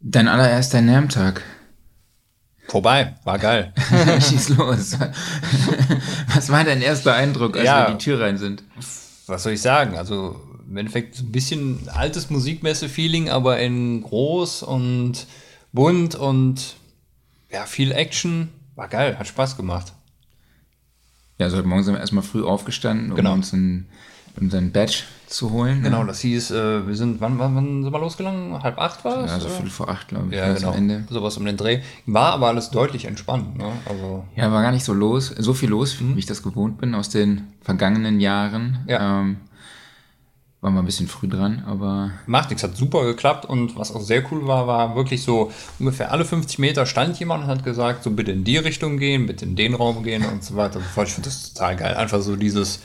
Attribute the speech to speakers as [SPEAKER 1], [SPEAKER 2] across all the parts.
[SPEAKER 1] Dein allererster NAM-Tag.
[SPEAKER 2] Vorbei, war geil.
[SPEAKER 1] Schieß los. Was war dein erster Eindruck, als
[SPEAKER 2] Ja.
[SPEAKER 1] wir in die Tür rein sind?
[SPEAKER 2] Was soll ich sagen? Also im Endeffekt so ein bisschen altes Musikmesse-Feeling, aber in groß und bunt und ja, viel Action. War geil, hat Spaß gemacht.
[SPEAKER 1] Ja, also heute Morgen sind wir erstmal früh aufgestanden, um
[SPEAKER 2] Genau.
[SPEAKER 1] uns ein, unseren Badge zu holen. ne?
[SPEAKER 2] Genau, das hieß, äh, wir sind, wann, wann, wann sind wir losgelangen? Halb acht war es?
[SPEAKER 1] Also
[SPEAKER 2] oder?
[SPEAKER 1] Viertel vor acht, glaube ich,
[SPEAKER 2] ja,
[SPEAKER 1] war es
[SPEAKER 2] genau.
[SPEAKER 1] am Ende.
[SPEAKER 2] Sowas um den Dreh. War aber alles deutlich entspannt. Ne? Also,
[SPEAKER 1] Ja, war gar nicht so los, so viel los,
[SPEAKER 2] Mhm.
[SPEAKER 1] wie ich das gewohnt bin aus den vergangenen Jahren.
[SPEAKER 2] Ja.
[SPEAKER 1] Ähm, waren wir ein bisschen früh dran, aber
[SPEAKER 2] macht nichts, hat super geklappt und was auch sehr cool war, war wirklich so ungefähr alle 50 Meter stand jemand und hat gesagt, so bitte in die Richtung gehen, bitte in den Raum gehen und so weiter und so fort. Ich finde das total geil. Einfach so dieses,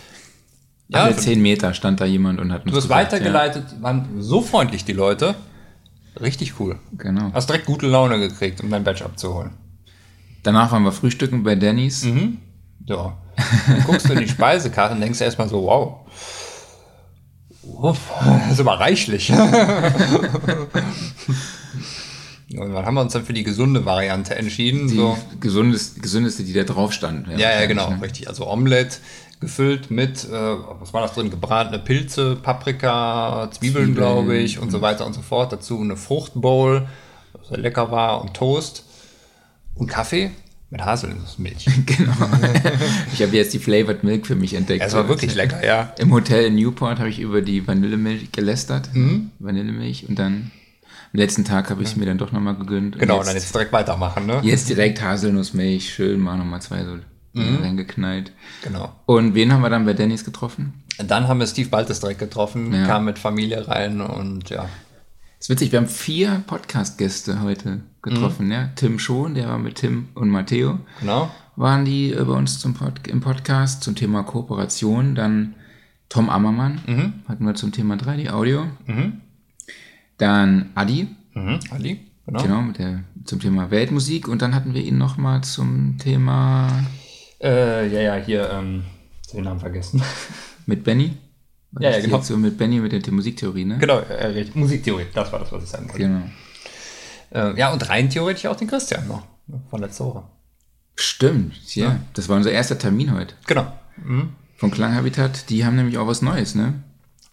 [SPEAKER 2] ja,
[SPEAKER 1] alle
[SPEAKER 2] du
[SPEAKER 1] zehn Meter stand da jemand und hat uns
[SPEAKER 2] wirst
[SPEAKER 1] gesagt,
[SPEAKER 2] weitergeleitet, waren so freundlich die Leute. Richtig cool.
[SPEAKER 1] Ja, genau.
[SPEAKER 2] Hast direkt gute Laune gekriegt, um dein Badge abzuholen.
[SPEAKER 1] Danach waren wir frühstücken bei Denny's.
[SPEAKER 2] Mhm, Ja. Dann guckst du in die Speisekarte und denkst erstmal so, wow. Uff, Das ist aber reichlich. Und dann haben wir uns dann für die gesunde Variante entschieden.
[SPEAKER 1] Die
[SPEAKER 2] so.
[SPEAKER 1] gesundeste, gesündeste, die da drauf stand.
[SPEAKER 2] Ja, ja, genau, richtig. Also Omelette gefüllt mit, äh, was war das drin? Gebratene Pilze, Paprika, Zwiebeln,
[SPEAKER 1] Zwiebeln,
[SPEAKER 2] glaube ich, und so weiter und so fort. Dazu eine Fruchtbowl, was sehr lecker war, und Toast und Kaffee mit Haselnussmilch.
[SPEAKER 1] Ich habe jetzt die Flavored Milk für mich entdeckt.
[SPEAKER 2] Es war wirklich lecker, ja.
[SPEAKER 1] Im Hotel in Newport habe ich über die Vanillemilch gelästert.
[SPEAKER 2] Mhm.
[SPEAKER 1] Vanillemilch. Und dann am letzten Tag habe ich es mir dann doch nochmal gegönnt.
[SPEAKER 2] Genau,
[SPEAKER 1] und
[SPEAKER 2] und dann
[SPEAKER 1] jetzt,
[SPEAKER 2] jetzt direkt weitermachen, ne?
[SPEAKER 1] jetzt direkt Haselnussmilch. Schön, mal nochmal zwei
[SPEAKER 2] Mhm.
[SPEAKER 1] so reingeknallt.
[SPEAKER 2] Genau.
[SPEAKER 1] Und wen haben wir dann bei Dennis getroffen?
[SPEAKER 2] Und dann haben wir Steve Baltes direkt getroffen,
[SPEAKER 1] Ja.
[SPEAKER 2] kam mit Familie rein und ja.
[SPEAKER 1] Ist witzig, wir haben vier Podcast-Gäste heute
[SPEAKER 2] Mhm.
[SPEAKER 1] getroffen. Ja? Tim Schon, der war mit Tim und Matteo.
[SPEAKER 2] Genau.
[SPEAKER 1] waren die äh, bei uns zum Pod im Podcast zum Thema Kooperation. Dann Tom Ammermann
[SPEAKER 2] Mhm.
[SPEAKER 1] hatten wir zum Thema 3D Audio. Dann Adi,
[SPEAKER 2] Mhm. Ali, genau.
[SPEAKER 1] genau, mit der, zum Thema Weltmusik. Und dann hatten wir ihn nochmal zum Thema
[SPEAKER 2] Äh, ja, ja, hier, ähm, hab den Namen vergessen.
[SPEAKER 1] mit Benny. War
[SPEAKER 2] Ja, ja,
[SPEAKER 1] das die
[SPEAKER 2] genau.
[SPEAKER 1] Aktion mit Benny mit der The- Musiktheorie, ne?
[SPEAKER 2] genau, äh, richtig. Musiktheorie, das war das, was ich sagen wollte.
[SPEAKER 1] Genau.
[SPEAKER 2] Äh, ja, und rein theoretisch auch den Christian noch ne, von letzter Woche.
[SPEAKER 1] Stimmt, ja. Das war unser erster Termin heute.
[SPEAKER 2] Genau.
[SPEAKER 1] Von Klanghabitat, die haben nämlich auch was Neues, ne?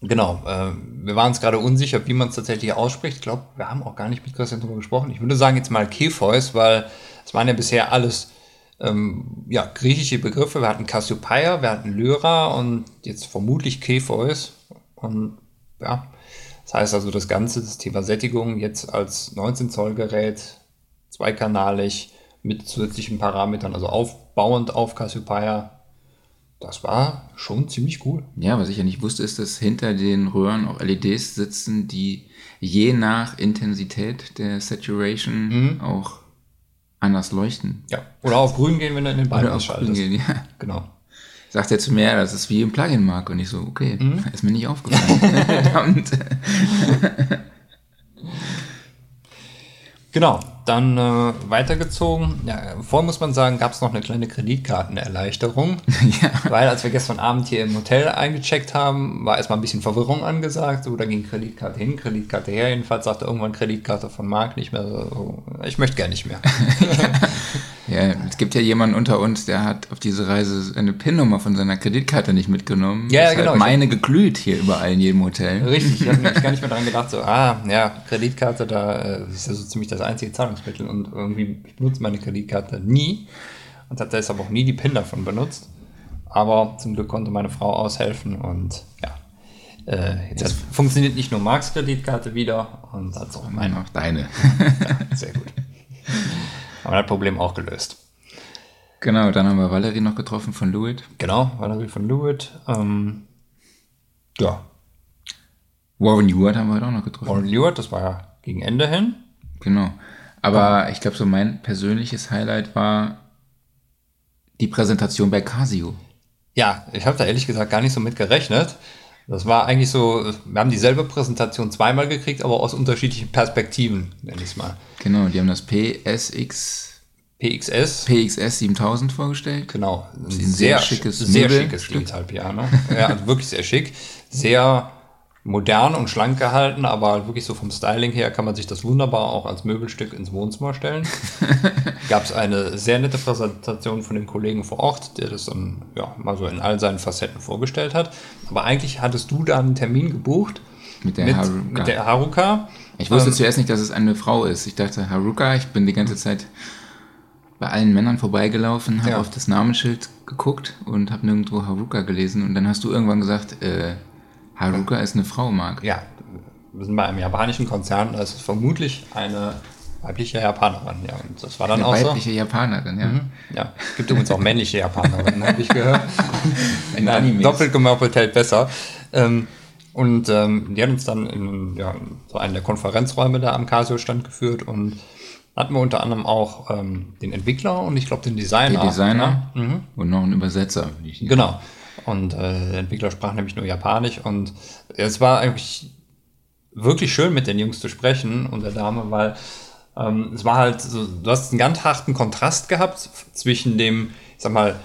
[SPEAKER 2] Genau, äh, wir waren uns gerade unsicher, wie man es tatsächlich ausspricht. Ich glaube, wir haben auch gar nicht mit Christian drüber gesprochen. Ich würde sagen jetzt mal Kefeus, weil es waren ja bisher alles ähm, ja, griechische Begriffe. Wir hatten Cassiopeia, wir hatten Lyra und jetzt vermutlich Kefeus. Und ja, das heißt also das ganze das Thema Sättigung jetzt als 19 Zoll Gerät, zweikanalig, mit zusätzlichen Parametern, also aufbauend auf Cassiopeia. Das war schon ziemlich cool.
[SPEAKER 1] Ja, was ich ja nicht wusste, ist, dass hinter den Röhren auch LEDs sitzen, die je nach Intensität der
[SPEAKER 2] Mhm.
[SPEAKER 1] Saturation auch anders leuchten.
[SPEAKER 2] Ja, oder auf grün gehen, wenn du in den Ball
[SPEAKER 1] Oder auch grün
[SPEAKER 2] ausschaltest.
[SPEAKER 1] gehen, ja.
[SPEAKER 2] Genau.
[SPEAKER 1] Sagt er zu mir, ja, das ist wie im Plugin-Mark. Und ich so, okay,
[SPEAKER 2] Mhm.
[SPEAKER 1] ist mir nicht aufgefallen. Verdammt.
[SPEAKER 2] Genau, dann äh, weitergezogen. Ja, vorher muss man sagen, gab es noch eine kleine Kreditkartenerleichterung,
[SPEAKER 1] ja.
[SPEAKER 2] weil als wir gestern Abend hier im Hotel eingecheckt haben, war erstmal ein bisschen Verwirrung angesagt. So, da ging Kreditkarte hin, Kreditkarte her. Jedenfalls sagte irgendwann Kreditkarte von Marc nicht mehr. So, oh, ich möchte gar nicht mehr.
[SPEAKER 1] ja, es gibt ja jemanden unter uns, der hat auf diese Reise eine PIN-Nummer von seiner Kreditkarte nicht mitgenommen.
[SPEAKER 2] Ja, ja,
[SPEAKER 1] Deshalb
[SPEAKER 2] genau. Ich-
[SPEAKER 1] Meine geglüht hier überall in jedem Hotel.
[SPEAKER 2] Richtig, ich habe nämlich gar nicht mehr dran gedacht, so, ah, ja, Kreditkarte, da äh, ist ja so ziemlich das einzige Zahlungsmittel und irgendwie, ich benutze meine Kreditkarte nie und habe deshalb auch nie die PIN davon benutzt. Aber zum Glück konnte meine Frau aushelfen und ja, äh, jetzt hat, funktioniert nicht nur Marks Kreditkarte wieder und hat auch meine.
[SPEAKER 1] Meine auch deine.
[SPEAKER 2] Sehr gut. Aber das Problem auch gelöst.
[SPEAKER 1] genau, dann haben wir Valerie noch getroffen von Lewitt.
[SPEAKER 2] Genau, Valerie von Lewitt. Ähm, ja,
[SPEAKER 1] Warren Ewart haben wir heute auch noch getroffen.
[SPEAKER 2] Warren Lewitt, das war ja gegen Ende hin.
[SPEAKER 1] Genau. Aber ich glaube, so mein persönliches Highlight war die Präsentation bei Casio.
[SPEAKER 2] Ja, ich habe da ehrlich gesagt gar nicht so mit gerechnet. Das war eigentlich so, wir haben dieselbe Präsentation zweimal gekriegt, aber aus unterschiedlichen Perspektiven, nenn ich es mal.
[SPEAKER 1] Genau, die haben das PSX,
[SPEAKER 2] PXS,
[SPEAKER 1] PXS 7000 vorgestellt.
[SPEAKER 2] genau, ein
[SPEAKER 1] ein sehr
[SPEAKER 2] sehr,
[SPEAKER 1] schickes
[SPEAKER 2] sehr
[SPEAKER 1] Möbel-
[SPEAKER 2] schickes
[SPEAKER 1] Stück.
[SPEAKER 2] Digitalpiano. Ja, also wirklich sehr schick. Sehr modern und schlank gehalten, aber halt wirklich so vom Styling her kann man sich das wunderbar auch als Möbelstück ins Wohnzimmer stellen. Gab es eine sehr nette Präsentation von dem Kollegen vor Ort, der das dann ja, mal so in all seinen Facetten vorgestellt hat. Aber eigentlich hattest du da einen Termin gebucht
[SPEAKER 1] Mit der Haruka.
[SPEAKER 2] mit der Haruka.
[SPEAKER 1] Ich wusste
[SPEAKER 2] Ähm,
[SPEAKER 1] zuerst nicht, dass es eine Frau ist. Ich dachte, Haruka, ich bin die ganze Zeit bei allen Männern vorbeigelaufen, habe
[SPEAKER 2] Ja.
[SPEAKER 1] auf das Namensschild geguckt und habe nirgendwo Haruka gelesen. Und dann hast du irgendwann gesagt, äh, Haruka ist eine Frau, Marc.
[SPEAKER 2] ja, wir sind bei einem japanischen Konzern, da ist es vermutlich eine weibliche Japanerin. Ja, und das war dann
[SPEAKER 1] Eine
[SPEAKER 2] auch so. Mhm.
[SPEAKER 1] weibliche Japanerin, ja.
[SPEAKER 2] Ja, es gibt übrigens auch männliche Japanerinnen, habe ich gehört.
[SPEAKER 1] In
[SPEAKER 2] Nein,
[SPEAKER 1] Animes.
[SPEAKER 2] Doppelt gemoppelt hält besser. Ähm, und ähm, die hat uns dann in ja, so einen der Konferenzräume da am Casio-Stand geführt und hatten wir unter anderem auch ähm, den Entwickler und ich glaube den Designer.
[SPEAKER 1] Der Designer
[SPEAKER 2] Ja, mhm.
[SPEAKER 1] und noch ein Übersetzer. wenn ich-
[SPEAKER 2] Genau. Und äh, der Entwickler sprach nämlich nur Japanisch und es war eigentlich wirklich schön, mit den Jungs zu sprechen und der Dame, weil ähm, es war halt so, du hast einen ganz harten Kontrast gehabt zwischen dem, ich sag mal,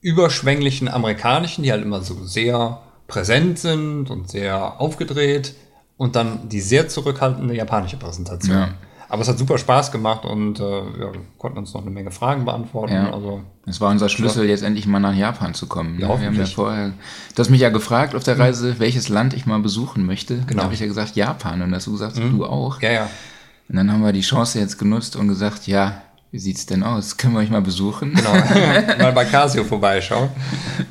[SPEAKER 2] überschwänglichen Amerikanischen, die halt immer so sehr präsent sind und sehr aufgedreht und dann die sehr zurückhaltende japanische Präsentation.
[SPEAKER 1] Ja.
[SPEAKER 2] Aber es hat super Spaß gemacht und äh, wir konnten uns noch eine Menge Fragen beantworten.
[SPEAKER 1] Ja.
[SPEAKER 2] Also
[SPEAKER 1] Das war unser Schlüssel, jetzt endlich mal nach Japan zu kommen. ne?
[SPEAKER 2] Ja,
[SPEAKER 1] Wir haben ja
[SPEAKER 2] hoffentlich. Mhm.
[SPEAKER 1] vorher, du hast mich ja gefragt auf der Reise, welches Land ich mal besuchen möchte.
[SPEAKER 2] Genau. Mhm.
[SPEAKER 1] Da habe ich ja gesagt, Japan. Und hast du gesagt, du auch.
[SPEAKER 2] ja, ja.
[SPEAKER 1] Und dann haben wir die Chance jetzt genutzt und gesagt, ja, wie sieht's denn aus? Können wir euch mal besuchen?
[SPEAKER 2] Genau. mal bei Casio vorbeischauen.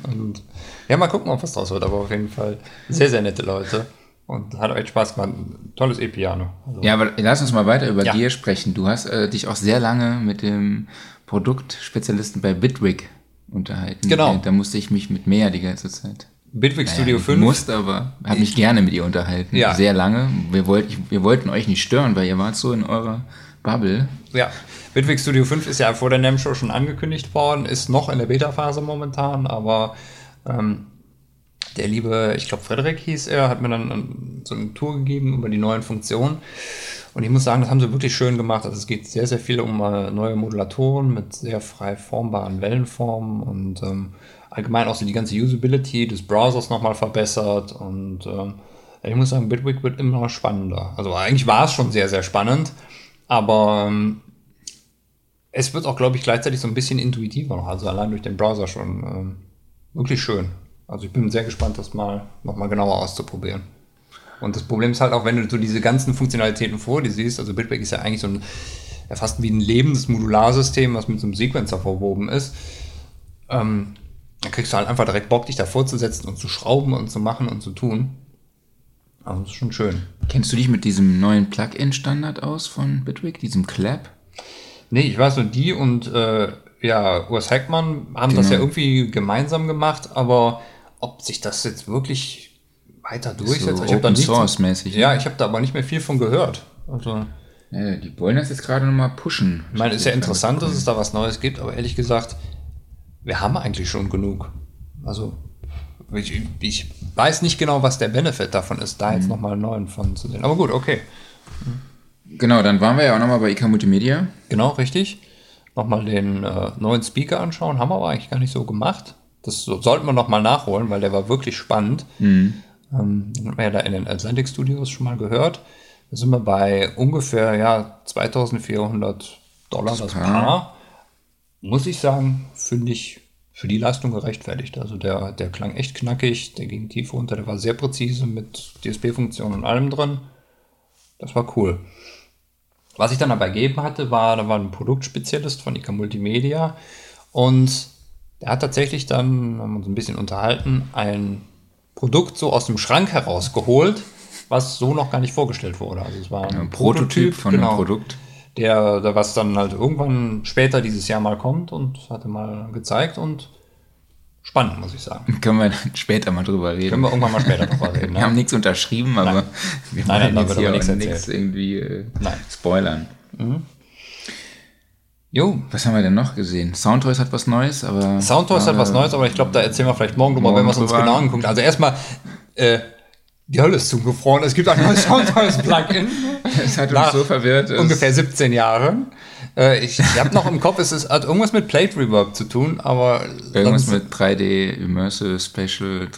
[SPEAKER 2] Und ja, mal gucken, ob was draus wird. Aber auf jeden Fall sehr, sehr nette Leute. Und hat echt Spaß gemacht. Ein Tolles E-Piano. Also,
[SPEAKER 1] Ja, aber lass uns mal weiter über
[SPEAKER 2] Ja.
[SPEAKER 1] Gear sprechen. Du hast äh, dich auch sehr lange mit dem Produktspezialisten bei Bitwig unterhalten.
[SPEAKER 2] Genau.
[SPEAKER 1] Äh, Da musste ich mich mit mehr die ganze Zeit.
[SPEAKER 2] Bitwig Studio
[SPEAKER 1] ich
[SPEAKER 2] 5.
[SPEAKER 1] Musste, aber habe mich gerne mit ihr unterhalten.
[SPEAKER 2] Ja.
[SPEAKER 1] Sehr lange. Wir, wollt, ich- wir wollten euch nicht stören, weil ihr wart so in eurer Bubble.
[SPEAKER 2] Ja. Bitwig Studio 5 ist ja vor der NAMM Show schon angekündigt worden. Ist noch in der Beta-Phase momentan. Aber ähm, der liebe, ich glaube, Frederik hieß er, hat mir dann ähm, so eine Tour gegeben über die neuen Funktionen. Und ich muss sagen, das haben sie wirklich schön gemacht. Also es geht sehr, sehr viel um äh, neue Modulatoren mit sehr frei formbaren Wellenformen und ähm, allgemein auch so die ganze Usability des Browsers nochmal verbessert. Und ähm, ich muss sagen, Bitwig wird immer spannender. Also eigentlich war es schon sehr, sehr spannend, aber ähm, es wird auch, glaube ich, gleichzeitig so ein bisschen intuitiver noch. Also allein durch den Browser schon ähm, wirklich schön. Also ich bin sehr gespannt, das mal nochmal genauer auszuprobieren. Und das Problem ist halt auch, wenn du so diese ganzen Funktionalitäten vor dir siehst, also Bitwig ist ja eigentlich so ein, ja, fast wie ein lebendes Modularsystem, was mit so einem Sequencer verwoben ist, ähm, dann kriegst du halt einfach direkt Bock, dich da vorzusetzen und zu schrauben und zu machen und zu tun. Also das ist schon schön.
[SPEAKER 1] Kennst du dich mit diesem neuen Plugin-Standard aus von Bitwig, diesem Clap?
[SPEAKER 2] Nee, ich weiß nur, die und äh, ja, Urs Heckmann haben das ja
[SPEAKER 1] Genau.
[SPEAKER 2] irgendwie gemeinsam gemacht, aber ob sich das jetzt wirklich weiter durchsetzt,
[SPEAKER 1] So
[SPEAKER 2] ich habe da
[SPEAKER 1] Open
[SPEAKER 2] nichts-
[SPEAKER 1] Source-mäßig. ne?
[SPEAKER 2] Ja, ich habe da aber nicht mehr viel von gehört. Also,
[SPEAKER 1] Äh, die wollen das jetzt gerade nochmal pushen.
[SPEAKER 2] ich meine, ist ja interessant, dass es da was Neues gibt, aber ehrlich gesagt, wir haben eigentlich schon genug. Also, ich, ich weiß nicht genau, was der Benefit davon ist, da jetzt
[SPEAKER 1] Mhm.
[SPEAKER 2] nochmal einen neuen von zu sehen. Aber gut, okay.
[SPEAKER 1] Genau, dann waren wir ja auch nochmal bei IK Multimedia.
[SPEAKER 2] Genau, richtig. Nochmal den äh, neuen Speaker anschauen, haben wir aber eigentlich gar nicht so gemacht. Das so, sollten wir nochmal nachholen, weil der war wirklich spannend. Ähm, den hat man ja da in den Atlantic Studios schon mal gehört. Da sind wir bei ungefähr ja, 2400 Dollar das
[SPEAKER 1] Paar.
[SPEAKER 2] Paar. Muss ich sagen, finde ich für die Leistung gerechtfertigt. Also der, der klang echt knackig, der ging tief runter, der war sehr präzise mit DSP-Funktion und allem drin. Das war cool. Was ich dann aber ergeben hatte, war, da war ein Produktspezialist von IK Multimedia und der hat tatsächlich dann, haben wir uns ein bisschen unterhalten, ein Produkt so aus dem Schrank herausgeholt, was so noch gar nicht vorgestellt wurde. Also es war ein genau,
[SPEAKER 1] Ein Prototyp von einem Produkt.
[SPEAKER 2] der, der was dann halt irgendwann später dieses Jahr mal kommt und hatte mal gezeigt und spannend, muss ich sagen.
[SPEAKER 1] Können wir dann später mal drüber reden.
[SPEAKER 2] Können wir irgendwann mal später drüber reden.
[SPEAKER 1] Wir haben
[SPEAKER 2] Ne?
[SPEAKER 1] nichts unterschrieben, aber wir
[SPEAKER 2] Nein,
[SPEAKER 1] wollen
[SPEAKER 2] nein, da
[SPEAKER 1] jetzt
[SPEAKER 2] wird
[SPEAKER 1] hier
[SPEAKER 2] aber
[SPEAKER 1] nichts,
[SPEAKER 2] nichts
[SPEAKER 1] nichts irgendwie äh,
[SPEAKER 2] Nein.
[SPEAKER 1] spoilern.
[SPEAKER 2] Jo,
[SPEAKER 1] Was haben wir denn noch gesehen? Soundtoys hat was Neues, aber
[SPEAKER 2] Soundtoys hat was Neues, aber ich glaube, da erzählen wir vielleicht morgen drüber,
[SPEAKER 1] Morgen
[SPEAKER 2] wenn wir es uns
[SPEAKER 1] drüber.
[SPEAKER 2] genau angucken. Also erstmal, äh, die Hölle ist zugefroren. Es gibt ein neues Soundtoys-Plugin.
[SPEAKER 1] das hat uns
[SPEAKER 2] Nach
[SPEAKER 1] so verwirrt. es-
[SPEAKER 2] Ungefähr 17 Jahren. Äh, ich ich habe noch im Kopf, es ist, hat irgendwas mit Plate Reverb zu tun, aber
[SPEAKER 1] Irgendwas
[SPEAKER 2] sonst-
[SPEAKER 1] mit 3D, Immersive, Special,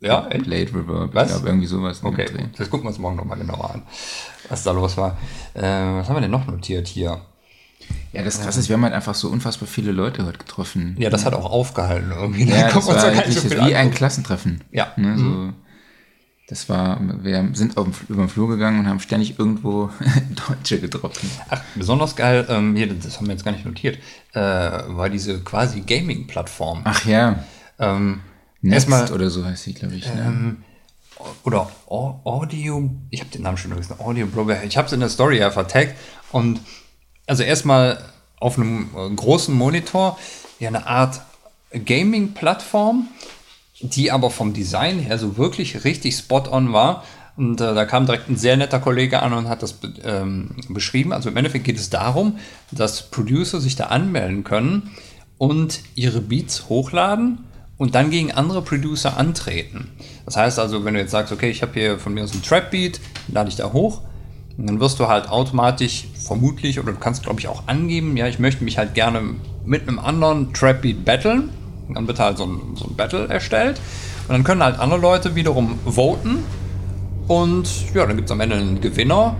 [SPEAKER 2] Ja, echt?
[SPEAKER 1] Blade Reverb.
[SPEAKER 2] Was?
[SPEAKER 1] Ich glaube, irgendwie sowas. in dem
[SPEAKER 2] Okay,
[SPEAKER 1] Dreh.
[SPEAKER 2] gut. das gucken wir uns morgen nochmal genauer an, was da los war. Äh, was haben wir denn noch notiert hier?
[SPEAKER 1] Ja, das Krasse ist, wir haben halt einfach so unfassbar viele Leute heute getroffen.
[SPEAKER 2] Ja, das hat auch aufgehalten irgendwie. Da
[SPEAKER 1] Ja, das
[SPEAKER 2] kommt man
[SPEAKER 1] war
[SPEAKER 2] so gar
[SPEAKER 1] wirklich
[SPEAKER 2] nicht so
[SPEAKER 1] jetzt
[SPEAKER 2] viel
[SPEAKER 1] wie
[SPEAKER 2] an. Mhm.
[SPEAKER 1] ein Klassentreffen.
[SPEAKER 2] Ja.
[SPEAKER 1] Ne, so, das war, wir sind auf, dem- über den Flur gegangen und haben ständig irgendwo Deutsche getroffen.
[SPEAKER 2] Ach, besonders geil, ähm, hier, das haben wir jetzt gar nicht notiert, äh, war diese quasi Gaming-Plattform.
[SPEAKER 1] Ach ja,
[SPEAKER 2] Ähm,
[SPEAKER 1] Next
[SPEAKER 2] erstmal Ähm.
[SPEAKER 1] oder so heißt sie, glaube ich. Ne?
[SPEAKER 2] oder Au- Audio, ich habe den Namen schon vergessen, Audio Blogger, ich habe es in der Story ja vertagt und also erstmal auf einem äh, großen Monitor ja eine Art Gaming-Plattform, die aber vom Design her so wirklich richtig spot-on war und äh, da kam direkt ein sehr netter Kollege an und hat das be- ähm, beschrieben. Also im Endeffekt geht es darum, dass Producer sich da anmelden können und ihre Beats hochladen und dann gegen andere Producer antreten. Das heißt also, wenn du jetzt sagst, okay, ich habe hier von mir aus einen Trap-Beat, lade ich da hoch, und dann wirst du halt automatisch vermutlich, oder du kannst glaube ich auch angeben, ja, ich möchte mich halt gerne mit einem anderen Trap-Beat battlen. Und Dann wird halt so ein, so ein Battle erstellt. Und dann können halt andere Leute wiederum voten und ja, dann gibt es am Ende einen Gewinner.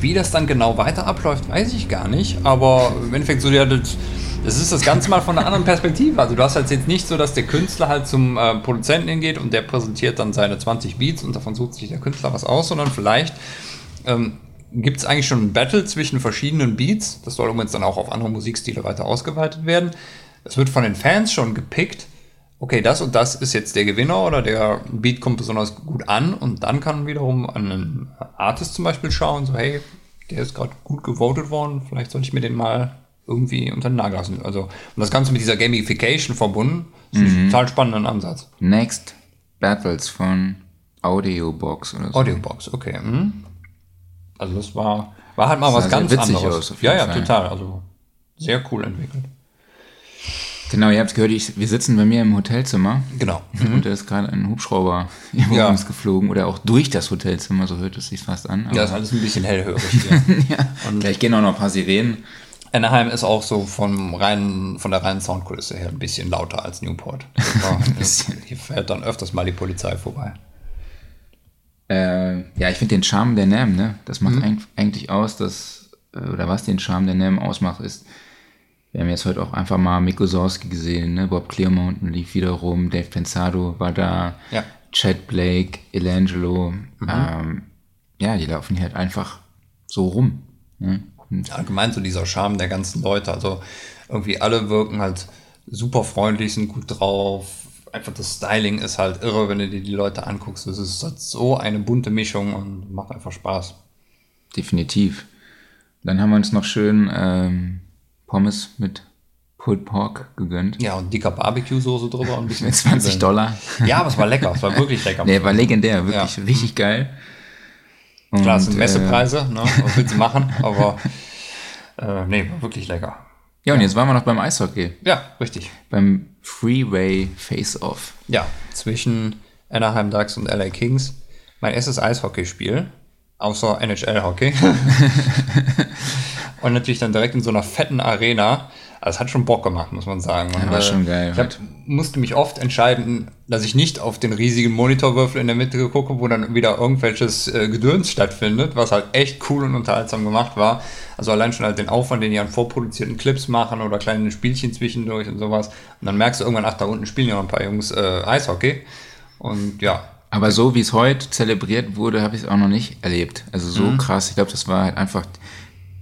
[SPEAKER 2] Wie das dann genau weiter abläuft, weiß ich gar nicht. Aber im Endeffekt so, ja, das, das ist das Ganze mal von einer anderen Perspektive. Also du hast halt jetzt nicht so, dass der Künstler halt zum äh, Produzenten hingeht und der präsentiert dann seine 20 Beats und davon sucht sich der Künstler was aus, sondern vielleicht ähm, gibt es eigentlich schon ein Battle zwischen verschiedenen Beats. Das soll übrigens dann auch auf andere Musikstile weiter ausgeweitet werden. Es wird von den Fans schon gepickt. Okay, das und das ist jetzt der Gewinner oder der Beat kommt besonders gut an und dann kann wiederum an einen Artist zum Beispiel schauen, so hey, der ist gerade gut gewotet worden, vielleicht sollte ich mir den mal irgendwie unter den Nagel lassen. Also, und das Ganze mit dieser Gamification verbunden, das ist ein total spannender Ansatz.
[SPEAKER 1] Next Battles von Audiobox oder
[SPEAKER 2] Oh.
[SPEAKER 1] so.
[SPEAKER 2] Audiobox, okay. Mhm. Also das war, war halt mal was
[SPEAKER 1] sehr
[SPEAKER 2] ganz
[SPEAKER 1] witzig
[SPEAKER 2] anderes.
[SPEAKER 1] aus, auf
[SPEAKER 2] ja,
[SPEAKER 1] jeden
[SPEAKER 2] ja,
[SPEAKER 1] Fall.
[SPEAKER 2] total. Also sehr cool entwickelt.
[SPEAKER 1] Genau, ihr habt gehört, ich, wir sitzen bei mir im Hotelzimmer
[SPEAKER 2] Genau.
[SPEAKER 1] und da ist gerade ein Hubschrauber über
[SPEAKER 2] Ja.
[SPEAKER 1] uns geflogen oder auch durch das Hotelzimmer, so hört es sich fast an.
[SPEAKER 2] Ja, ist alles ein bisschen hellhörig hier.
[SPEAKER 1] ja. Gleich gehen auch noch ein paar Sirenen.
[SPEAKER 2] Anaheim ist auch so vom reinen, von der reinen Soundkulisse her ein bisschen lauter als Newport. Ja, Hier fährt dann öfters mal die Polizei vorbei.
[SPEAKER 1] Äh, ja, ich finde den Charme der NAM, ne? Das
[SPEAKER 2] Mhm.
[SPEAKER 1] macht eig- eigentlich aus, dass, äh, oder was den Charme der NAM ausmacht, ist, wir haben jetzt heute auch einfach mal Mick Gosowski gesehen, ne? Bob Clearmountain lief wieder rum, Dave Pensado war da,
[SPEAKER 2] Ja. Mhm.
[SPEAKER 1] Chad Blake, Elangelo. Ähm, ja, die laufen hier halt einfach so rum. Ne? Und
[SPEAKER 2] Allgemein so dieser Charme der ganzen Leute. Also irgendwie alle wirken halt super freundlich, sind gut drauf. Einfach das Styling ist halt irre, wenn du dir die Leute anguckst. Es ist halt so eine bunte Mischung und macht einfach Spaß.
[SPEAKER 1] definitiv. Dann haben wir uns noch schön ähm, Pommes mit Pulled Pork gegönnt.
[SPEAKER 2] Ja, und dicker Barbecue-Soße drüber und ein bisschen
[SPEAKER 1] Mit 20 Dollar.
[SPEAKER 2] Ja, aber es war lecker. Es war wirklich lecker.
[SPEAKER 1] Nee, war legendär, wirklich
[SPEAKER 2] Ja.
[SPEAKER 1] richtig geil. Und,
[SPEAKER 2] Klar, es sind
[SPEAKER 1] äh,
[SPEAKER 2] Messepreise, ne? Was willst du machen? Aber äh, nee, war wirklich lecker.
[SPEAKER 1] ja, und jetzt waren wir noch beim Eishockey,
[SPEAKER 2] Ja, richtig.
[SPEAKER 1] beim Freeway Face-Off.
[SPEAKER 2] Ja, zwischen Anaheim Ducks und LA Kings. Mein erstes Eishockeyspiel, außer NHL-Hockey. und natürlich dann direkt in so einer fetten Arena. Also, es hat schon Bock gemacht, muss man sagen. Und,
[SPEAKER 1] war
[SPEAKER 2] äh,
[SPEAKER 1] schon geil
[SPEAKER 2] Ich hab,
[SPEAKER 1] halt.
[SPEAKER 2] musste mich oft entscheiden, dass ich nicht auf den riesigen Monitorwürfel in der Mitte gucke, wo dann wieder irgendwelches äh, Gedöns stattfindet, was halt echt cool und unterhaltsam gemacht war. Also allein schon halt den Aufwand, den die an vorproduzierten Clips machen oder kleine Spielchen zwischendurch und sowas. Und dann merkst du irgendwann, ach, da unten spielen ja noch ein paar Jungs äh, Eishockey. Und ja,
[SPEAKER 1] Aber so wie es heute zelebriert wurde, habe ich es auch noch nicht erlebt. Also so krass. Ich glaube, das war halt einfach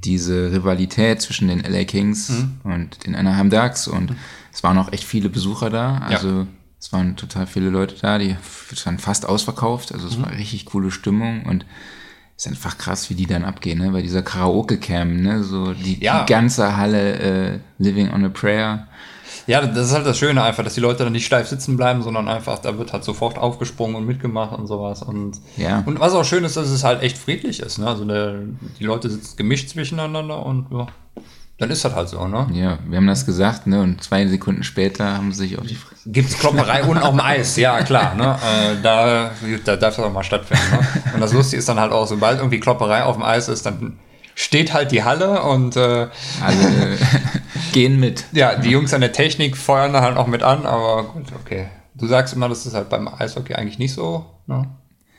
[SPEAKER 1] diese Rivalität zwischen den LA Kings und den Anaheim Ducks. Und es waren auch echt viele Besucher da. Also es waren total viele Leute da, die es waren fast ausverkauft. Also es war richtig coole Stimmung und es ist einfach krass, wie die dann abgehen, ne? Bei dieser Karaoke-Cam, ne? So die,
[SPEAKER 2] Ja.
[SPEAKER 1] die ganze Halle äh, Living on a Prayer.
[SPEAKER 2] Ja, das ist halt das Schöne einfach, dass die Leute dann nicht steif sitzen bleiben, sondern einfach, da wird halt sofort aufgesprungen und mitgemacht und sowas. Und,
[SPEAKER 1] Ja.
[SPEAKER 2] und was auch schön ist, dass es halt echt friedlich ist. Ne? Also der, die Leute sitzen gemischt zwischeneinander und ja, dann ist das halt so. Ne?
[SPEAKER 1] Ja, wir haben das gesagt, ne? Und zwei Sekunden später haben sie sich auf die Fresse.
[SPEAKER 2] Gibt's Klopperei unten auf dem Eis, ja klar. Ne? Äh, da, da darf das auch mal stattfinden. Ne? Und das Lustige ist dann halt auch, sobald irgendwie Klopperei auf dem Eis ist, dann steht halt die Halle und äh,
[SPEAKER 1] Alle Also, gehen mit.
[SPEAKER 2] ja, die Jungs an der Technik feuern da halt auch mit an, aber gut, okay. Du sagst immer, das ist halt beim Eishockey eigentlich nicht so. Ne?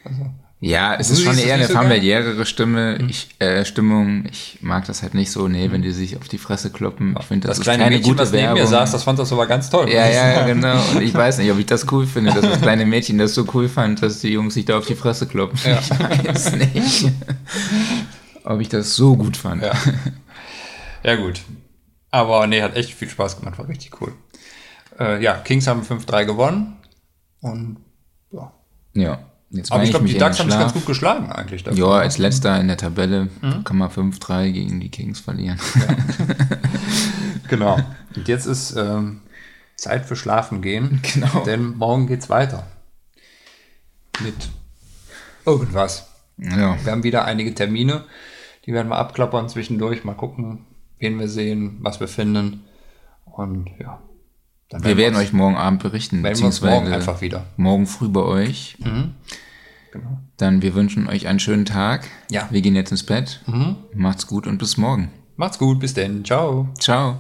[SPEAKER 1] Also, ja, es ist schon eher eine
[SPEAKER 2] so Mhm. gern?
[SPEAKER 1] familiärere Stimme, ich, äh, Stimmung. Ich mag das halt nicht so. Nee, wenn die sich auf die Fresse kloppen. Ich finde, das,
[SPEAKER 2] Mhm. Das
[SPEAKER 1] ist
[SPEAKER 2] kleine
[SPEAKER 1] keine
[SPEAKER 2] Mädchen,
[SPEAKER 1] gute
[SPEAKER 2] was neben
[SPEAKER 1] Werbung.
[SPEAKER 2] mir saß, das fand das aber ganz toll.
[SPEAKER 1] ja, ja, genau. Und ich weiß nicht, ob ich das cool finde, dass das kleine Mädchen das so cool fand, dass die Jungs sich da auf die Fresse kloppen.
[SPEAKER 2] Ja.
[SPEAKER 1] Ich weiß nicht, ob ich das so gut fand.
[SPEAKER 2] Ja. ja, gut. Aber nee, hat echt viel Spaß gemacht, war richtig cool. Äh, ja, Kings haben 5-3 gewonnen. Und ja.
[SPEAKER 1] Ja, Jetzt
[SPEAKER 2] Aber
[SPEAKER 1] weine
[SPEAKER 2] ich glaube,
[SPEAKER 1] mich
[SPEAKER 2] die
[SPEAKER 1] in den
[SPEAKER 2] Ducks haben sich
[SPEAKER 1] Schlaf.
[SPEAKER 2] ganz gut Mhm. geschlagen eigentlich. dafür.
[SPEAKER 1] Ja, als letzter in der Tabelle kann man 5-3 gegen die Kings verlieren.
[SPEAKER 2] Genau. Und jetzt ist ähm, Zeit für Schlafen gehen.
[SPEAKER 1] Genau.
[SPEAKER 2] Denn morgen geht's weiter. Mit irgendwas.
[SPEAKER 1] Ja.
[SPEAKER 2] Wir haben wieder einige Termine. Die werden wir abklappern zwischendurch. Mal gucken, wen wir sehen, was wir finden. Und ja. Dann
[SPEAKER 1] Wir werden
[SPEAKER 2] uns-
[SPEAKER 1] euch morgen Abend berichten,
[SPEAKER 2] melden wir uns
[SPEAKER 1] beziehungsweise
[SPEAKER 2] morgen einfach Mhm. wieder.
[SPEAKER 1] morgen früh bei euch.
[SPEAKER 2] Genau.
[SPEAKER 1] Dann wir wünschen euch einen schönen Tag.
[SPEAKER 2] Ja. Mhm.
[SPEAKER 1] Wir gehen jetzt ins Bett. Macht's gut und bis morgen.
[SPEAKER 2] Macht's gut, bis denn. Ciao.
[SPEAKER 1] Ciao.